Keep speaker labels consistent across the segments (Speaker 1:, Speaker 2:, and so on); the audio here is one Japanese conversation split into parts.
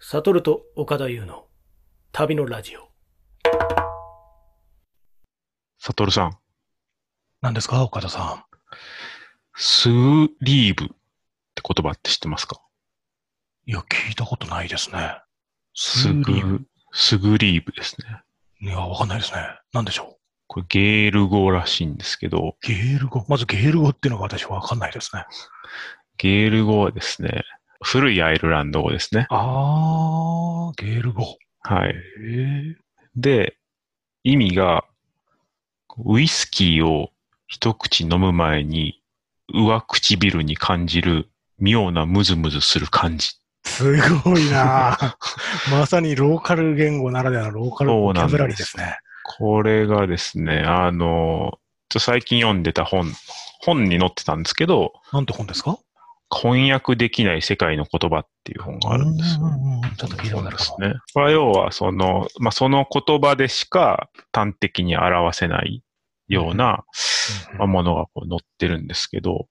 Speaker 1: サトルと岡田優の旅のラジオ。
Speaker 2: サトルさん、
Speaker 3: 何ですか岡田さ
Speaker 2: スリーブって言葉って知ってますか
Speaker 3: ん。いや、聞いたことないですね。
Speaker 2: ス
Speaker 3: リーブ
Speaker 2: グスグリーブですね。
Speaker 3: いや、わかんないですね。何でしょ
Speaker 2: これゲール語らしいんですけど、
Speaker 3: う。ゲール語。まずゲール語っていうのが私わかんないですね。
Speaker 2: ゲール語はですね、古いアイルランド語ですね。
Speaker 3: あー、ゲール語。
Speaker 2: はい。
Speaker 3: えー、
Speaker 2: で、意味が、ウイスキーを一口飲む前に、上唇に感じる妙なムズムズする感じ。
Speaker 3: すごいなぁ まさにローカル言語ならではのローカルボキャブラリーですね。
Speaker 2: これがですね、あの、ちょ最近読んでた本、本に載ってたんですけど、
Speaker 3: なんて本ですか
Speaker 2: 翻訳できない世界の言葉っていう本があるんですよ。
Speaker 3: うんうんうんちょっと聞いたことあるか
Speaker 2: そう
Speaker 3: も。
Speaker 2: ですね。これは要はその、まあ、その言葉でしか端的に表せないような、
Speaker 3: うんうん
Speaker 2: まあものがこう載ってるんですけど、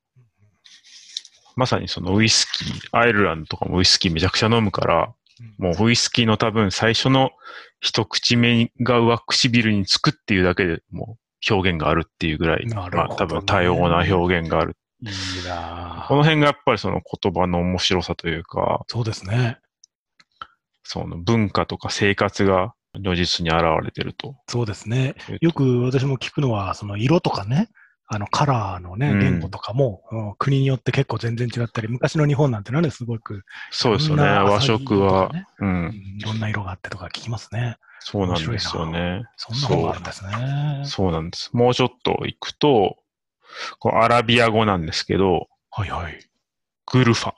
Speaker 2: まさにそのウイスキー、アイルランドとかもウイスキーめちゃくちゃ飲むから、もうウイスキーの多分最初の一口目が上唇につくっていうだけでもう表現があるっていうぐらい、
Speaker 3: なるほどね
Speaker 2: まあ多分多様な表現がある。
Speaker 3: いいな
Speaker 2: こ
Speaker 3: ぁ
Speaker 2: の辺がやっぱりその言葉の面白さというか、
Speaker 3: そうですね。
Speaker 2: その文化とか生活が如実に現れてると。
Speaker 3: そうですね。よく私も聞くのは、その色とかね、あのカラーのね
Speaker 2: う、ん
Speaker 3: 言語とかも、うん国によって結構全然違ったり、昔の日本なんてなんですごく、
Speaker 2: そうですよ
Speaker 3: い
Speaker 2: ね。
Speaker 3: ろんな
Speaker 2: 和食は、
Speaker 3: 浅葱とかね
Speaker 2: う
Speaker 3: うん
Speaker 2: ん。
Speaker 3: いろんな色があってとか聞きますね。
Speaker 2: そうなんですよね。
Speaker 3: そんな本があるんですね。
Speaker 2: そうなんです。もうちょっと行くと、こうアラビア語なんですけど、
Speaker 3: はいはい。
Speaker 2: グルファ。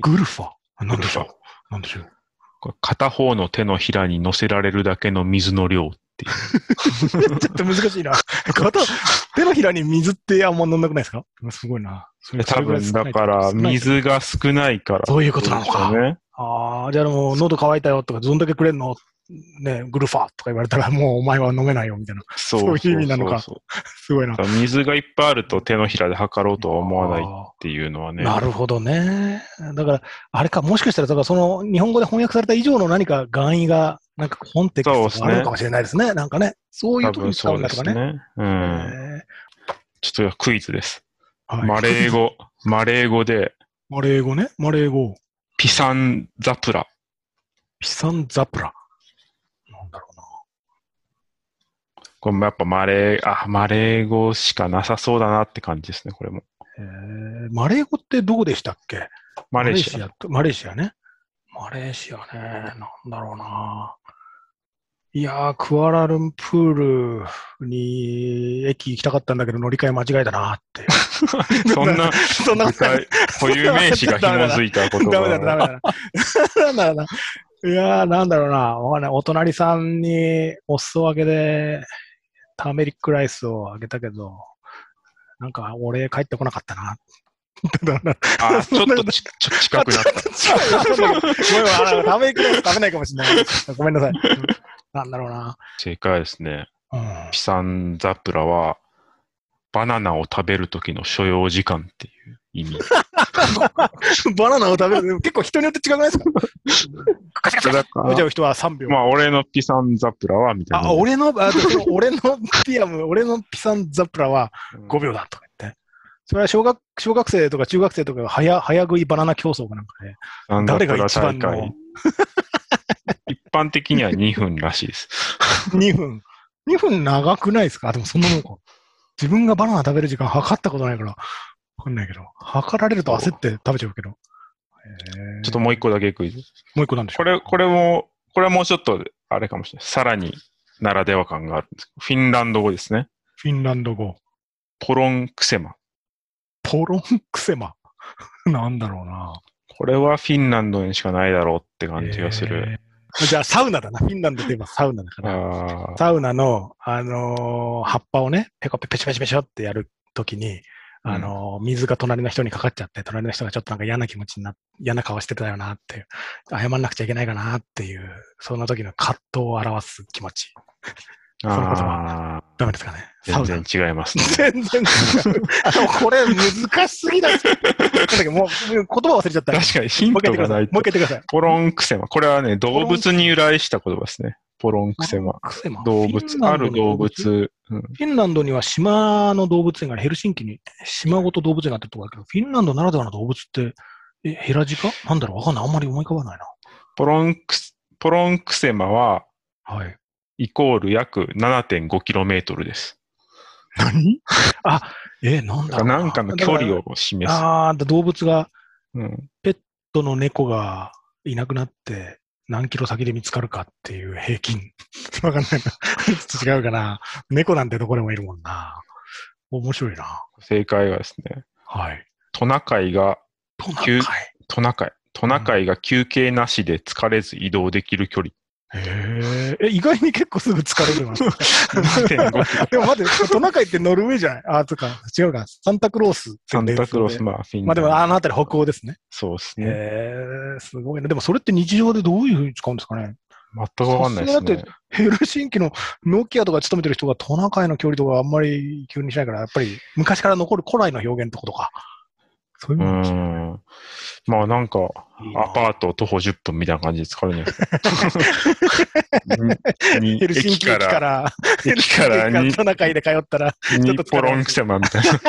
Speaker 3: グルファ。なんでしょ
Speaker 2: グル
Speaker 3: うなんでしょう
Speaker 2: これ片方の手のひらに乗せられるだけの水の量。
Speaker 3: ちょっと難 しいな。片手のひらに水ってあんま飲んなくないですかす ごいな。それ
Speaker 2: 多分、だか
Speaker 3: そ
Speaker 2: ら、
Speaker 3: れぐい少ない
Speaker 2: 水が少ないから。
Speaker 3: そういうことなの
Speaker 2: そ
Speaker 3: か
Speaker 2: うですよね。
Speaker 3: ああ、じゃあもう喉乾いたよとか、どんだけくれんのね、グルファとか言われたら、もうお前は飲めないよみたいな。
Speaker 2: そう
Speaker 3: そういう意味なのか
Speaker 2: そう
Speaker 3: すごいな
Speaker 2: そう。そう水がいっぱいあると手のひらで測ろうとは思わないっ
Speaker 3: あ
Speaker 2: ていうのは
Speaker 3: ー
Speaker 2: ね。
Speaker 3: なるほどね。だから、あれか、もしかしたら、だからその日本語で翻訳された以上の何か含意が、なんかコンテクストがあるのかもしれないですね。なんかね、そういう
Speaker 2: 多
Speaker 3: とこ
Speaker 2: 分
Speaker 3: に使
Speaker 2: そううんで
Speaker 3: だと
Speaker 2: す
Speaker 3: かね。
Speaker 2: ね。う
Speaker 3: え
Speaker 2: ん。ちょっとクイズです。
Speaker 3: ーはい
Speaker 2: マレー語。マレー語で、
Speaker 3: マレー語ね。マレー語。
Speaker 2: ピサンザプラ。
Speaker 3: ピサンザプラ。なんだろうな。
Speaker 2: これもやっぱマレー、あ、マレー語しかなさそうだなって感じですね、これも。
Speaker 3: えーマレー語ってどこでしたっけ
Speaker 2: マレーシア。
Speaker 3: マレーシアとマレーシアね。マレーシアね。なんだろうな。いやー、クアラルンプールに駅行きたかったんだけど乗り換え間違えたなって。
Speaker 2: そんな、
Speaker 3: そんなことない
Speaker 2: 具体固有名詞が紐づいたこと
Speaker 3: ダメだな、ダメ
Speaker 2: が。
Speaker 3: だな。なんだろうな。いやー、なんだろうな。わかんない。お隣さんにお裾分けでターメリックライスをあげたけど、なんか俺帰ってこなかったな。だから
Speaker 2: あ、ちょっとちちょ近くなった。
Speaker 3: 違うごめんごめんあのターメリックライス食べないかもしれない。ごめんなさい。うんなんだろうな。
Speaker 2: 正解はですね。
Speaker 3: うん
Speaker 2: ピサンザプラは、バナナを食べる時の所要時間っていう意味。
Speaker 3: バナナを食べる。結構人によって違くないですかカシャカシャ
Speaker 2: だか
Speaker 3: 食べちゃ
Speaker 2: ら
Speaker 3: う人は3秒。
Speaker 2: まあ、俺のピサンザプラは、みたいな。
Speaker 3: あ、俺の、あその俺のピアム、俺のピサンザプラは
Speaker 2: うん
Speaker 3: 5秒だとか言って。それは小学小学生とか中学生とかが早早食いバナナ競争かなんかで、
Speaker 2: なんだ
Speaker 3: 誰が一番
Speaker 2: これは大
Speaker 3: の
Speaker 2: 会一般的には2分らしいです。
Speaker 3: 2分。2分長くないですかあ、でもそんなもんか。自分がバナナ食べる時間測ったことないから、わかんないけど。測られると焦って食べちゃうけど。へー
Speaker 2: ちょっともう一個だけクイズ。
Speaker 3: もう一個なんでしょ
Speaker 2: こ
Speaker 3: う
Speaker 2: れ、これも、これはもうちょっと、あれかもしれない。さらに、ならでは感があるんですけどフィンランド語ですね。
Speaker 3: フィンランド語。
Speaker 2: ポロンクセマ。
Speaker 3: ポロンクセマ。 なんだろうな。
Speaker 2: これはフィンランドにしかないだろうって感じがする。
Speaker 3: えーじゃあ、サウナだな。フィンランドといえばサウナだか
Speaker 2: あ
Speaker 3: ら。
Speaker 2: ー
Speaker 3: サウナの、あのー葉っぱをね、ペコペペチペチペチってやるときに、あのー水が隣の人にかかっちゃって、隣の人がちょっとなんか嫌な気持ちにな、嫌な顔してたよなっていう、謝んなくちゃいけないかなっていう、そんな時の葛藤を表す気持ち。その言
Speaker 2: あ
Speaker 3: ダメですかね。サ
Speaker 2: ー、
Speaker 3: ウナ
Speaker 2: 全。然違いますね。
Speaker 3: 全然違う。あのこれ難しすぎだ。なんだっけもう、言葉忘れちゃった。
Speaker 2: 確かにヒン
Speaker 3: もう一
Speaker 2: ト
Speaker 3: 回言ってくだ
Speaker 2: が
Speaker 3: さ。
Speaker 2: ないい
Speaker 3: もう
Speaker 2: と
Speaker 3: 一。回言ってください。
Speaker 2: ポロンクセマ。これはね、動物に由来した言葉ですね。ポロンクセマ。
Speaker 3: クセマ
Speaker 2: 動
Speaker 3: フィ
Speaker 2: 物
Speaker 3: ン、ラ
Speaker 2: あ
Speaker 3: ンド
Speaker 2: る
Speaker 3: の動
Speaker 2: 動
Speaker 3: 物
Speaker 2: 物。うん
Speaker 3: フィンランドには島の動物園があるヘルシンキに島ごと動物園があってるとこだけど、フィンランドならではの動物って、え、ヘラジカなんだろうわかんない。あんまり思い浮かばないな。
Speaker 2: ポロンクス、ポロンクセマは、
Speaker 3: はい。
Speaker 2: イコール約 7.5km です。
Speaker 3: 何 あ、え、なんだ
Speaker 2: だか
Speaker 3: ろう
Speaker 2: らなんかの距離
Speaker 3: だ
Speaker 2: を示
Speaker 3: から
Speaker 2: す。
Speaker 3: ああ、だ動物が、
Speaker 2: うん、
Speaker 3: どの猫がいなくなって、何キロ先で見つかるかっていう平均。 わかんないな。ちょっと違うかな。猫なんてどこでもいるもんな。面白いな。
Speaker 2: 正解がですね、
Speaker 3: はい。
Speaker 2: トナカイが、
Speaker 3: トナ
Speaker 2: 急
Speaker 3: カイ。
Speaker 2: トナカイ。トナカイが休憩なしで疲れず移動できる距離。
Speaker 3: へえ、意外に結構すぐ疲れるな。
Speaker 2: 7.5キロ。
Speaker 3: でも待って、トナカイってノルウェーじゃないあ、とか、違うか。サンタクロース。
Speaker 2: サンタクロース、。まあ、フィン
Speaker 3: ま
Speaker 2: ラン
Speaker 3: あで
Speaker 2: ド。
Speaker 3: も、あの辺り北欧ですね。
Speaker 2: そうですね。
Speaker 3: へえ、すごいな。でもそれって日常でどういうふうに使うんですかね
Speaker 2: 全くわかんないです
Speaker 3: さすがだ
Speaker 2: ね
Speaker 3: っ。ヘルシンキのノキアとか勤めてる人がトナカイの距離とかあんまり急にしないから、やっぱり昔から残る古来の表現ってことか。そういう
Speaker 2: う
Speaker 3: もの
Speaker 2: ーん。まあなんか、
Speaker 3: いいな
Speaker 2: アパート徒歩10分みたいな感じで疲れるんじゃないです か。に
Speaker 3: ヘルシンキ
Speaker 2: 駅
Speaker 3: 駅
Speaker 2: か、
Speaker 3: からら、ヘルシ
Speaker 2: 駅
Speaker 3: ンキ
Speaker 2: か
Speaker 3: から
Speaker 2: に、
Speaker 3: らトナカイで通ったら、ちょっ
Speaker 2: に
Speaker 3: と疲れます
Speaker 2: ポロンクセマみたいな。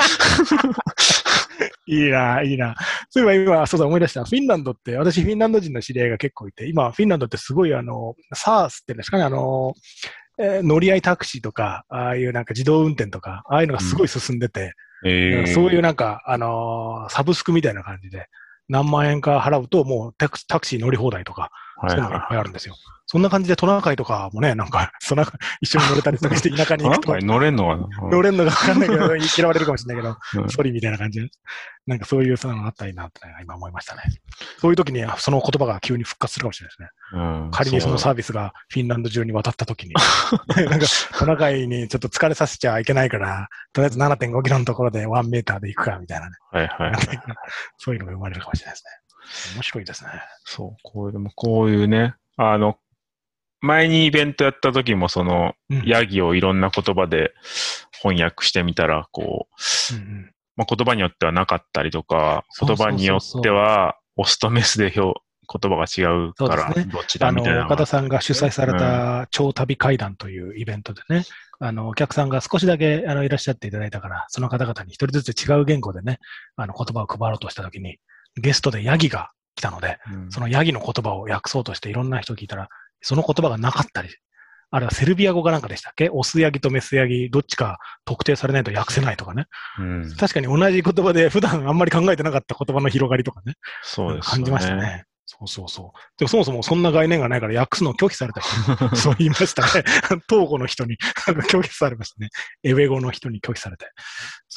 Speaker 3: いいな、いいな。そういえば今、そうだ、思い出した。フィンランドって、私、フィンランド人の知り合いが結構いて、今、フィンランドってすごい、あの、サースっていうんですかね、あの、えー乗り合いタクシーとか、ああいうなんか自動運転とか、ああいうのがすごい進んでて、
Speaker 2: えー
Speaker 3: そういうなんか、あのーサブスクみたいな感じで、何万円か払うと、もうタクタクシー乗り放題とか、
Speaker 2: は
Speaker 3: そう
Speaker 2: い
Speaker 3: いうのがいっ
Speaker 2: は
Speaker 3: ぱいあるんですよ。そんな感じでトナカイとかもね、なんか、 そんな一緒に乗れたりとかして、田舎
Speaker 2: い。
Speaker 3: に
Speaker 2: ト
Speaker 3: 行
Speaker 2: ナ
Speaker 3: く
Speaker 2: カ
Speaker 3: と
Speaker 2: イ、乗れんのかな
Speaker 3: 乗れんのが分かんない けど、嫌われるかもしれないけど、
Speaker 2: うん
Speaker 3: ソリみたいな感じで、なんかそういうさ、あったりなって今思いましたね。そういう時に、あその言葉が急に復活するかもしれないですね。
Speaker 2: うん
Speaker 3: 仮にそ
Speaker 2: そ
Speaker 3: の
Speaker 2: う
Speaker 3: サービスがフィンランド中に渡った時に、 なんかトナカイにちょっと疲れさせちゃいけないから、とりあえず7.5キロのところで1メーターで行くか、みたいなね。
Speaker 2: はいはい。
Speaker 3: そういうのが生まれるかもしれないですね。面白いですね。
Speaker 2: そう、こうでもこういうね、あの、前にイベントやった時も、その、
Speaker 3: うん
Speaker 2: ヤギをいろんな言葉で翻訳してみたら、こう、
Speaker 3: うんうん
Speaker 2: まあ、言葉によってはなかったりとか、
Speaker 3: そうそ
Speaker 2: 言
Speaker 3: うそう
Speaker 2: 葉によっては、オスとメスで表、言葉が違うか
Speaker 3: そ
Speaker 2: ら
Speaker 3: うです、
Speaker 2: どっちだ
Speaker 3: あ
Speaker 2: み
Speaker 3: の
Speaker 2: たいなのが。
Speaker 3: 岡田さんが主催された超旅会談というイベントでね、あのお客さんが少しだけあのいらっしゃっていただいたから、その方々に一人ずつ違う言語でね、あの言葉を配ろうとしたときに、ゲストでヤギが来たので、
Speaker 2: うん
Speaker 3: そのヤギの言葉を訳そうとしていろんな人聞いたら、その言葉がなかったり、あるいはセルビア語がなんかでしたっけオスヤギとメスヤギ、どっちか特定されないと訳せないとかね。
Speaker 2: うん
Speaker 3: 確かに同じ言葉で普段あんまり考えてなかった言葉の広がりとかね。
Speaker 2: そうですよ
Speaker 3: 感じました。ね。そうそうそう。でもそもそもそんな概念がないから訳すのを拒否された人そう言いましたね。 東語の人に 拒否されましたね。エウェ語の人に拒否されて。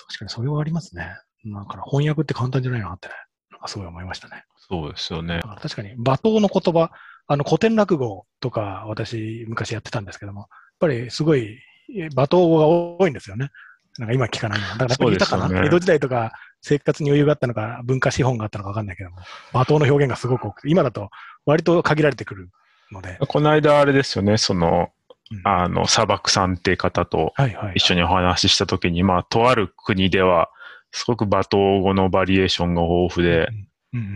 Speaker 3: 確かにそれはありますね。だから翻訳って簡単じゃないなってね。なんかすごい思いましたね。
Speaker 2: そうですよね
Speaker 3: だ。から確かに罵倒の言葉、あの古典落語とか私昔やってたんですけども、やっぱりすごいえ罵倒語が多いんですよね。なんか今聞かないな。だからやっぱり豊か
Speaker 2: そうですよ
Speaker 3: な、
Speaker 2: ね
Speaker 3: 江戸時代とか生活に余裕があったのか、文化資本があったのか分かんないけども、罵倒の表現がすごく多くて、今だと割と限られてくるので。
Speaker 2: この間、あれですよね、その
Speaker 3: うん、
Speaker 2: あの、砂漠さんって方と
Speaker 3: はいはい。
Speaker 2: 一緒にお話しした時に、まあ、とある国では、すごく罵倒語のバリエーションが豊富で、
Speaker 3: うんうん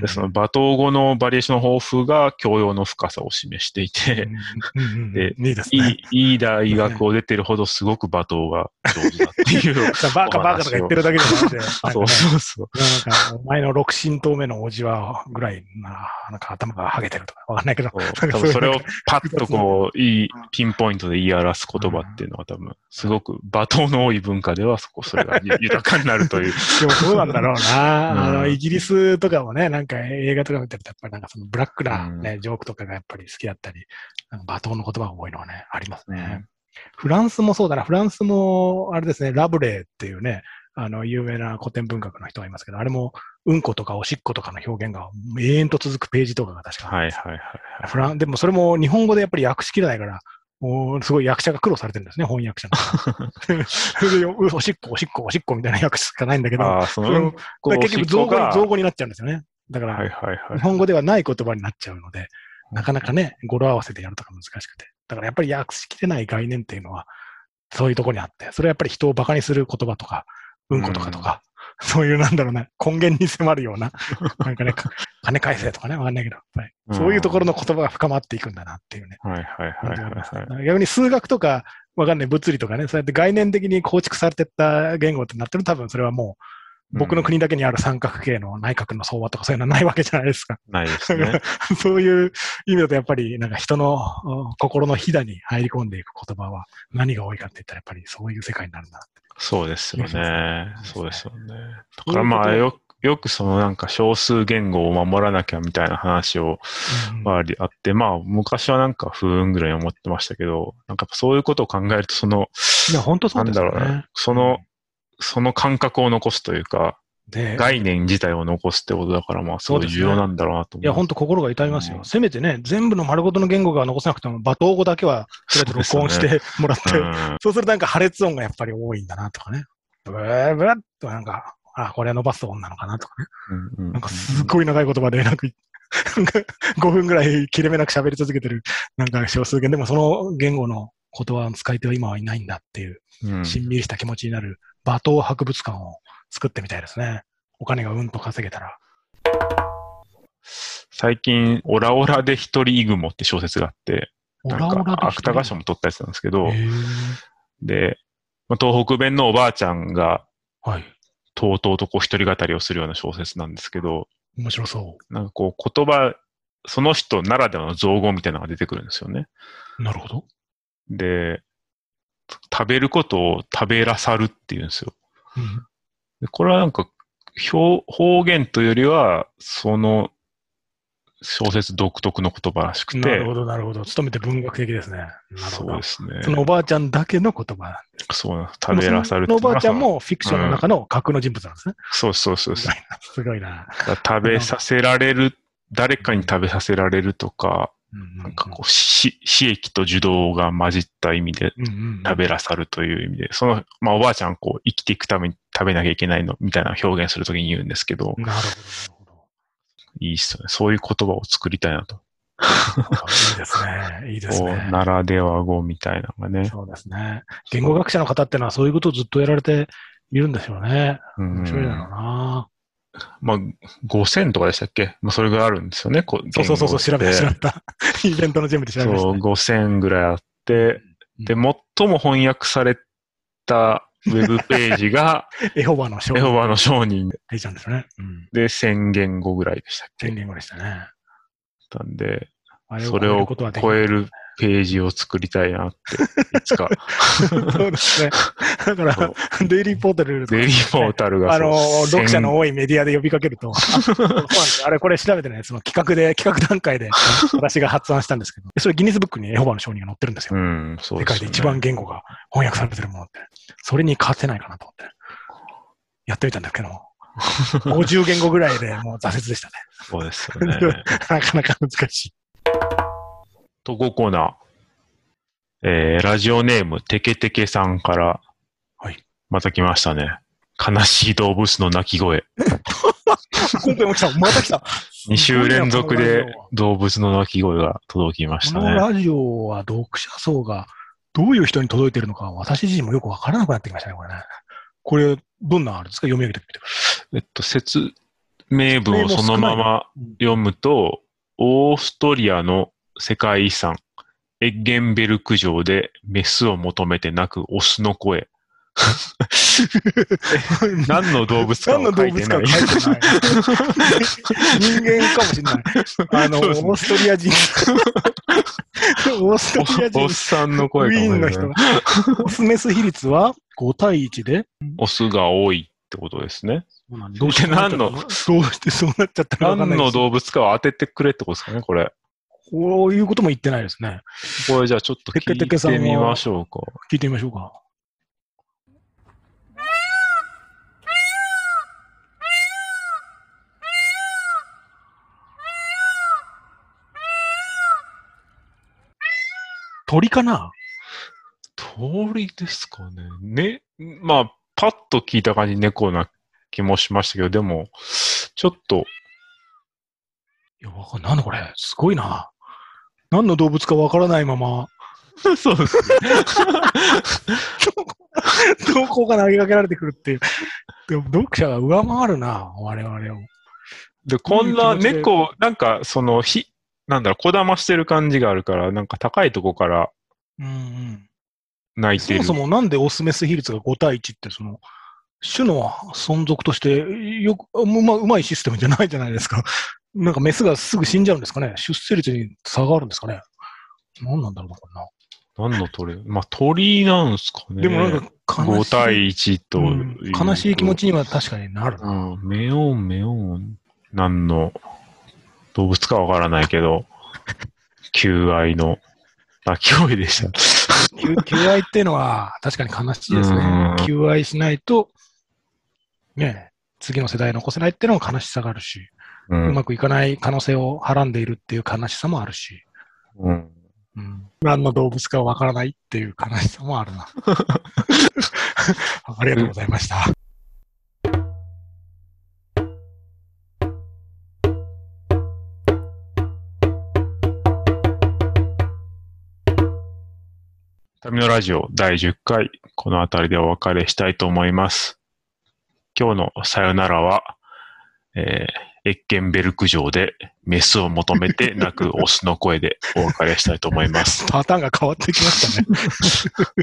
Speaker 2: でその罵倒語のバリエーションの豊富が教養の深さを示していて、
Speaker 3: うんうんうん
Speaker 2: で
Speaker 3: いいです
Speaker 2: い
Speaker 3: ね。
Speaker 2: い、いい大学を出てるほどすごく罵倒が上手だっていう。
Speaker 3: バカバカとか言ってるだけじゃなくて、なんか
Speaker 2: そう
Speaker 3: ね
Speaker 2: そうそう。
Speaker 3: なんか、お前の六親等目のおじはぐらいな、なんか頭がハゲてるとか、わかんないけど、
Speaker 2: そう
Speaker 3: なんか
Speaker 2: 多
Speaker 3: そう
Speaker 2: 分
Speaker 3: いう
Speaker 2: それをパッとこう、いい、ピンポイントで言い表す言葉っていうのは多分、すごく罵倒の多い文化では、そこ、それがゆ豊かになるという。
Speaker 3: でもそうなんだろうな。
Speaker 2: うん
Speaker 3: あの、イギリスとかもね、なんか映画とか見てると、やっぱりなんかそのブラックな、
Speaker 2: うん
Speaker 3: ねジョークとかがやっぱり好きだったり、なんか罵倒の言葉が多いのはね、ありますね。
Speaker 2: うん
Speaker 3: フランスもそうだな。フランスも、あれですね、ラブレーっていうね、あの、有名な古典文学の人がいますけど、あれも、うんことかおしっことかの表現が永遠と続くページとかが確か
Speaker 2: はいはいはい
Speaker 3: フランでもそれも日本語でやっぱり訳しきれないから、もうすごい役者が苦労されてるんですね、翻訳者 の。それで、うおしっこ、おしっこ、おしっこみたいな訳しかないんだけど、
Speaker 2: はい。ああ、そのうんこ
Speaker 3: だから
Speaker 2: お
Speaker 3: 結
Speaker 2: しっ
Speaker 3: 局
Speaker 2: こ
Speaker 3: 造語
Speaker 2: が、
Speaker 3: に、
Speaker 2: は
Speaker 3: 造
Speaker 2: い
Speaker 3: 語になっちゃうんですよね。だから、
Speaker 2: はいはい
Speaker 3: 日。本語ではない言葉になっちゃうので、なかなかね、語呂合わせでやるとか難しくて。だからやっぱり訳しきれない概念っていうのは、そういうとこにあって、それはやっぱり人をバカにする言葉とか、うんことかとか、そういうなんだろうね、根源に迫るような、なんかね、か金返せとかね、わかんないけど、やっぱりそういうところの言葉が深まっていくんだなっていうね。
Speaker 2: うん。はいはいはいはいはい。
Speaker 3: 逆に数学とか、わかんない、物理とかね、そうやって概念的に構築されてった言語ってなってるの多分それはもう、僕の国だけにある三角形の内閣の相場とかそういうのはないわけじゃないですか。
Speaker 2: ないですね。
Speaker 3: そういう意味だとやっぱりなんか人のお心のひだに入り込んでいく言葉は何が多いかって言ったらやっぱりそういう世界になるんだなって。
Speaker 2: そうですよね。
Speaker 3: そ
Speaker 2: そうう
Speaker 3: で
Speaker 2: ですすよね。だ
Speaker 3: そういうこと
Speaker 2: からまあよ、よくそのなんか少数言語を守らなきゃみたいな話を
Speaker 3: うん
Speaker 2: まあありあって、まあ昔はなんか不運ぐらい思ってましたけど、なんかやっぱそういうことを考えるとその、
Speaker 3: いや、本当そう
Speaker 2: なん
Speaker 3: です
Speaker 2: だ
Speaker 3: よ
Speaker 2: ろう
Speaker 3: ね
Speaker 2: な。、その、その感覚を残すというか、
Speaker 3: で、
Speaker 2: 概念自体を残すってことだから、まあ、すごい重要なんだろうなと思う。
Speaker 3: いや、本当心が痛みますよ。
Speaker 2: うん
Speaker 3: せめてね、全部の丸ごとの言語が残せなくても、罵倒語だけは、とりあえず録音してもらって、そう,、
Speaker 2: うん
Speaker 3: するとなんか破裂音がやっぱり多いんだなとかね。ブーブーっとなんか、あ、これは伸ばす音なのかなとかね。
Speaker 2: うんうん
Speaker 3: なんかすごい長い言葉で、なんか、 なんか5分ぐらい切れ目なく喋り続けてる、なんか少数言でもその言語の言葉の使い手は今はいないんだっていう、
Speaker 2: うん
Speaker 3: しんみりした気持ちになる罵倒博物館を作ってみたいですね。お金がうんと稼げたら。
Speaker 2: 最近、オラオラで一人イグモって小説があって、
Speaker 3: オラオ
Speaker 2: な
Speaker 3: ラ
Speaker 2: んか
Speaker 3: で
Speaker 2: 芥川賞も取ったやつなんですけど
Speaker 3: へ、ー
Speaker 2: で、まあ、東北弁のおばあちゃんが、
Speaker 3: はい。
Speaker 2: とうとうとこう一人語りをするような小説なんですけど、
Speaker 3: 面白そ
Speaker 2: なんかこう言葉、その人ならではの造語みたいなのが出てくるんですよね。
Speaker 3: う。なるほど。
Speaker 2: で、食べることを食べらさるっていうんですよ。
Speaker 3: うん
Speaker 2: でこれはなんか表、方言というよりは、その小説独特の言葉らしく
Speaker 3: なる
Speaker 2: て
Speaker 3: ほ、ど、なるほど。努めて文学的ですね。なるほ
Speaker 2: そう
Speaker 3: ど
Speaker 2: で。すね。
Speaker 3: そのおばあちゃんだけの言葉。
Speaker 2: そうなんです。食べらさる
Speaker 3: そのおばあちゃん
Speaker 2: ま
Speaker 3: もフィクションの中の架空の人物なんですね。
Speaker 2: あそうそうそうそう。
Speaker 3: すごいな。
Speaker 2: だから食べさせられる、誰かに食べさせられるとか、
Speaker 3: な
Speaker 2: なんかこう、し私益と受動が混じった意味で
Speaker 3: うんうんうん
Speaker 2: 食べらさるという意味で、その、まあおばあちゃんこう生きていくために食べなきゃいけないのみたいな表現するときに言うんですけど、
Speaker 3: なるほど、
Speaker 2: いいっすよね。そういう言葉を作りたいなと。
Speaker 3: なるほど。いいですね。いいです
Speaker 2: こ
Speaker 3: ね
Speaker 2: う、。ならでは語みたいなのがね。
Speaker 3: そうですね。言語学者の方ってのはそういうことをずっとやられているんでしょうね。
Speaker 2: うん
Speaker 3: 面白いだろうな。
Speaker 2: まあ、5000とかでしたっけまあ、それがあるんですよね。こ
Speaker 3: そうそうそうそう、調べた、
Speaker 2: 言
Speaker 3: 調
Speaker 2: 語
Speaker 3: べた。 イベントの準備で調べ
Speaker 2: って
Speaker 3: まし
Speaker 2: そ
Speaker 3: た
Speaker 2: う、
Speaker 3: ね。
Speaker 2: 5000ぐらいあって、で、最も翻訳されたウェブページ が、
Speaker 3: エホバの証
Speaker 2: エホ
Speaker 3: 人
Speaker 2: バの商人
Speaker 3: でいたんですよね。うん。
Speaker 2: で1000言語ぐらいでしたっけ
Speaker 3: 宣言後でしたね。
Speaker 2: たんで、
Speaker 3: あ
Speaker 2: それを超え
Speaker 3: る
Speaker 2: るページを作りたいなって、いつか。
Speaker 3: ことはでき ない。そうですね。だから
Speaker 2: そう、
Speaker 3: デイリーポータルとか
Speaker 2: デイリーポータルが
Speaker 3: あの、
Speaker 2: そう
Speaker 3: 読者の多いメディアで呼びかけ ると、あそうなんですあれ、これ調べてね、その企画で、企画段階で、私が発案したんですけど、それギネスブックにエホバの証人が載ってるんですよ。
Speaker 2: うん、そう
Speaker 3: 世
Speaker 2: です
Speaker 3: 界
Speaker 2: よ
Speaker 3: で
Speaker 2: ね
Speaker 3: 一番言語が翻訳されてるものって。それに勝てないかなと思ってね、やってみたんですけども、50言語ぐらいでもう挫折でしたね。
Speaker 2: そうですよね。
Speaker 3: なかなか難しい。
Speaker 2: と5コーナー。えー、ラジオネーム、テケテケさんから、
Speaker 3: はい。
Speaker 2: また来ましたね。悲しい動物の鳴き声。
Speaker 3: 今回も来た、また来 た。
Speaker 2: 2週連続
Speaker 3: すごいな
Speaker 2: で
Speaker 3: このラジオ
Speaker 2: 動
Speaker 3: は
Speaker 2: 物の鳴き声が届きまし
Speaker 3: こ
Speaker 2: た
Speaker 3: の
Speaker 2: ね。
Speaker 3: ラジオは読者層がどういう人に届いてるのか、私自身もよくわからなくなってきましたね、これね。これ、どんなあれですか読み上げてみてくだ
Speaker 2: えっと、説明文をそのまま
Speaker 3: 少ないうん
Speaker 2: 読むと、オーストリアの世界遺産、エッゲンベルク城でメスを求めて鳴くオスの声。
Speaker 3: さい。
Speaker 2: 何の動物か
Speaker 3: 何の
Speaker 2: を
Speaker 3: 動
Speaker 2: 書い
Speaker 3: 物
Speaker 2: て
Speaker 3: か
Speaker 2: な
Speaker 3: 書い
Speaker 2: い。
Speaker 3: てない。人間かもしれない。あの、
Speaker 2: そうですね
Speaker 3: オーストリア人。オーストリア
Speaker 2: おおっ。
Speaker 3: 人
Speaker 2: さんの
Speaker 3: ウ
Speaker 2: 声かもし
Speaker 3: ィ
Speaker 2: れ
Speaker 3: ーン
Speaker 2: な
Speaker 3: の
Speaker 2: い
Speaker 3: 人が。オスメス比率は5対1で。
Speaker 2: オスが多いってことですね。
Speaker 3: どうして
Speaker 2: で何の
Speaker 3: どうしてそうなっちゃったのかわかんな
Speaker 2: 何
Speaker 3: いで
Speaker 2: の
Speaker 3: す
Speaker 2: 動物かを当ててくれってことですかね、これ。
Speaker 3: こういうことも言ってないですね。
Speaker 2: これじゃあちょっと聞
Speaker 3: テケテケ
Speaker 2: い
Speaker 3: さんは
Speaker 2: てみましょうか。
Speaker 3: 聞いてみましょうか。鳥かな
Speaker 2: 鳥ですかね。ね、まあ、パッと聞いた感じ猫な気もしましたけど、でも、ちょっ と、
Speaker 3: いや、わかんない。なんだこれすごいな。何の動物かわからないまま、
Speaker 2: そうです。
Speaker 3: どこが投げかけられてくるっていう。でも読者が上回るな、我々を。
Speaker 2: で、こんな
Speaker 3: どういう気持ちで
Speaker 2: 猫、なんか、その、ひ、なんだろう、こだましてる感じがあるから、なんか高いとこから
Speaker 3: うんうん。
Speaker 2: 泣い
Speaker 3: そ
Speaker 2: てる。
Speaker 3: もそもなんでオスメス比率が5対1って、その、種の存続として、よく、うまうまいシステムじゃないじゃないですか。 なんかメスがすぐ死んじゃうんですかね。出生率に差があるんですかね。何なんだろうな、これな。
Speaker 2: 何の鳥まあ、鳥なんすかね。
Speaker 3: でもなんか悲
Speaker 2: 5
Speaker 3: しい。
Speaker 2: 対1と
Speaker 3: う
Speaker 2: い
Speaker 3: ん
Speaker 2: う、
Speaker 3: 悲しい気持ちには確かになる な。
Speaker 2: うん、メオン、メオン。何の動物かわからないけど、求愛の鳴き声でした。
Speaker 3: 求求愛っていうのは確かに悲しいですね
Speaker 2: う。ん
Speaker 3: 求愛しないと、ねえ、次の世代残せないっていうのも悲しさがあるし、
Speaker 2: う
Speaker 3: うんまくいかない可能性をはらんでいるっていう悲しさもあるし、
Speaker 2: うん
Speaker 3: うん、何の動物かわからないっていう悲しさもある な。ありがとうございました。
Speaker 2: 旅のラジオ第10回、この辺りでお別れしたいと思います。今日のさよならは、えー、エッケンベルク城でメスを求めて鳴くオスの声でお別れしたいと思います。
Speaker 3: パターンが変わってきましたね。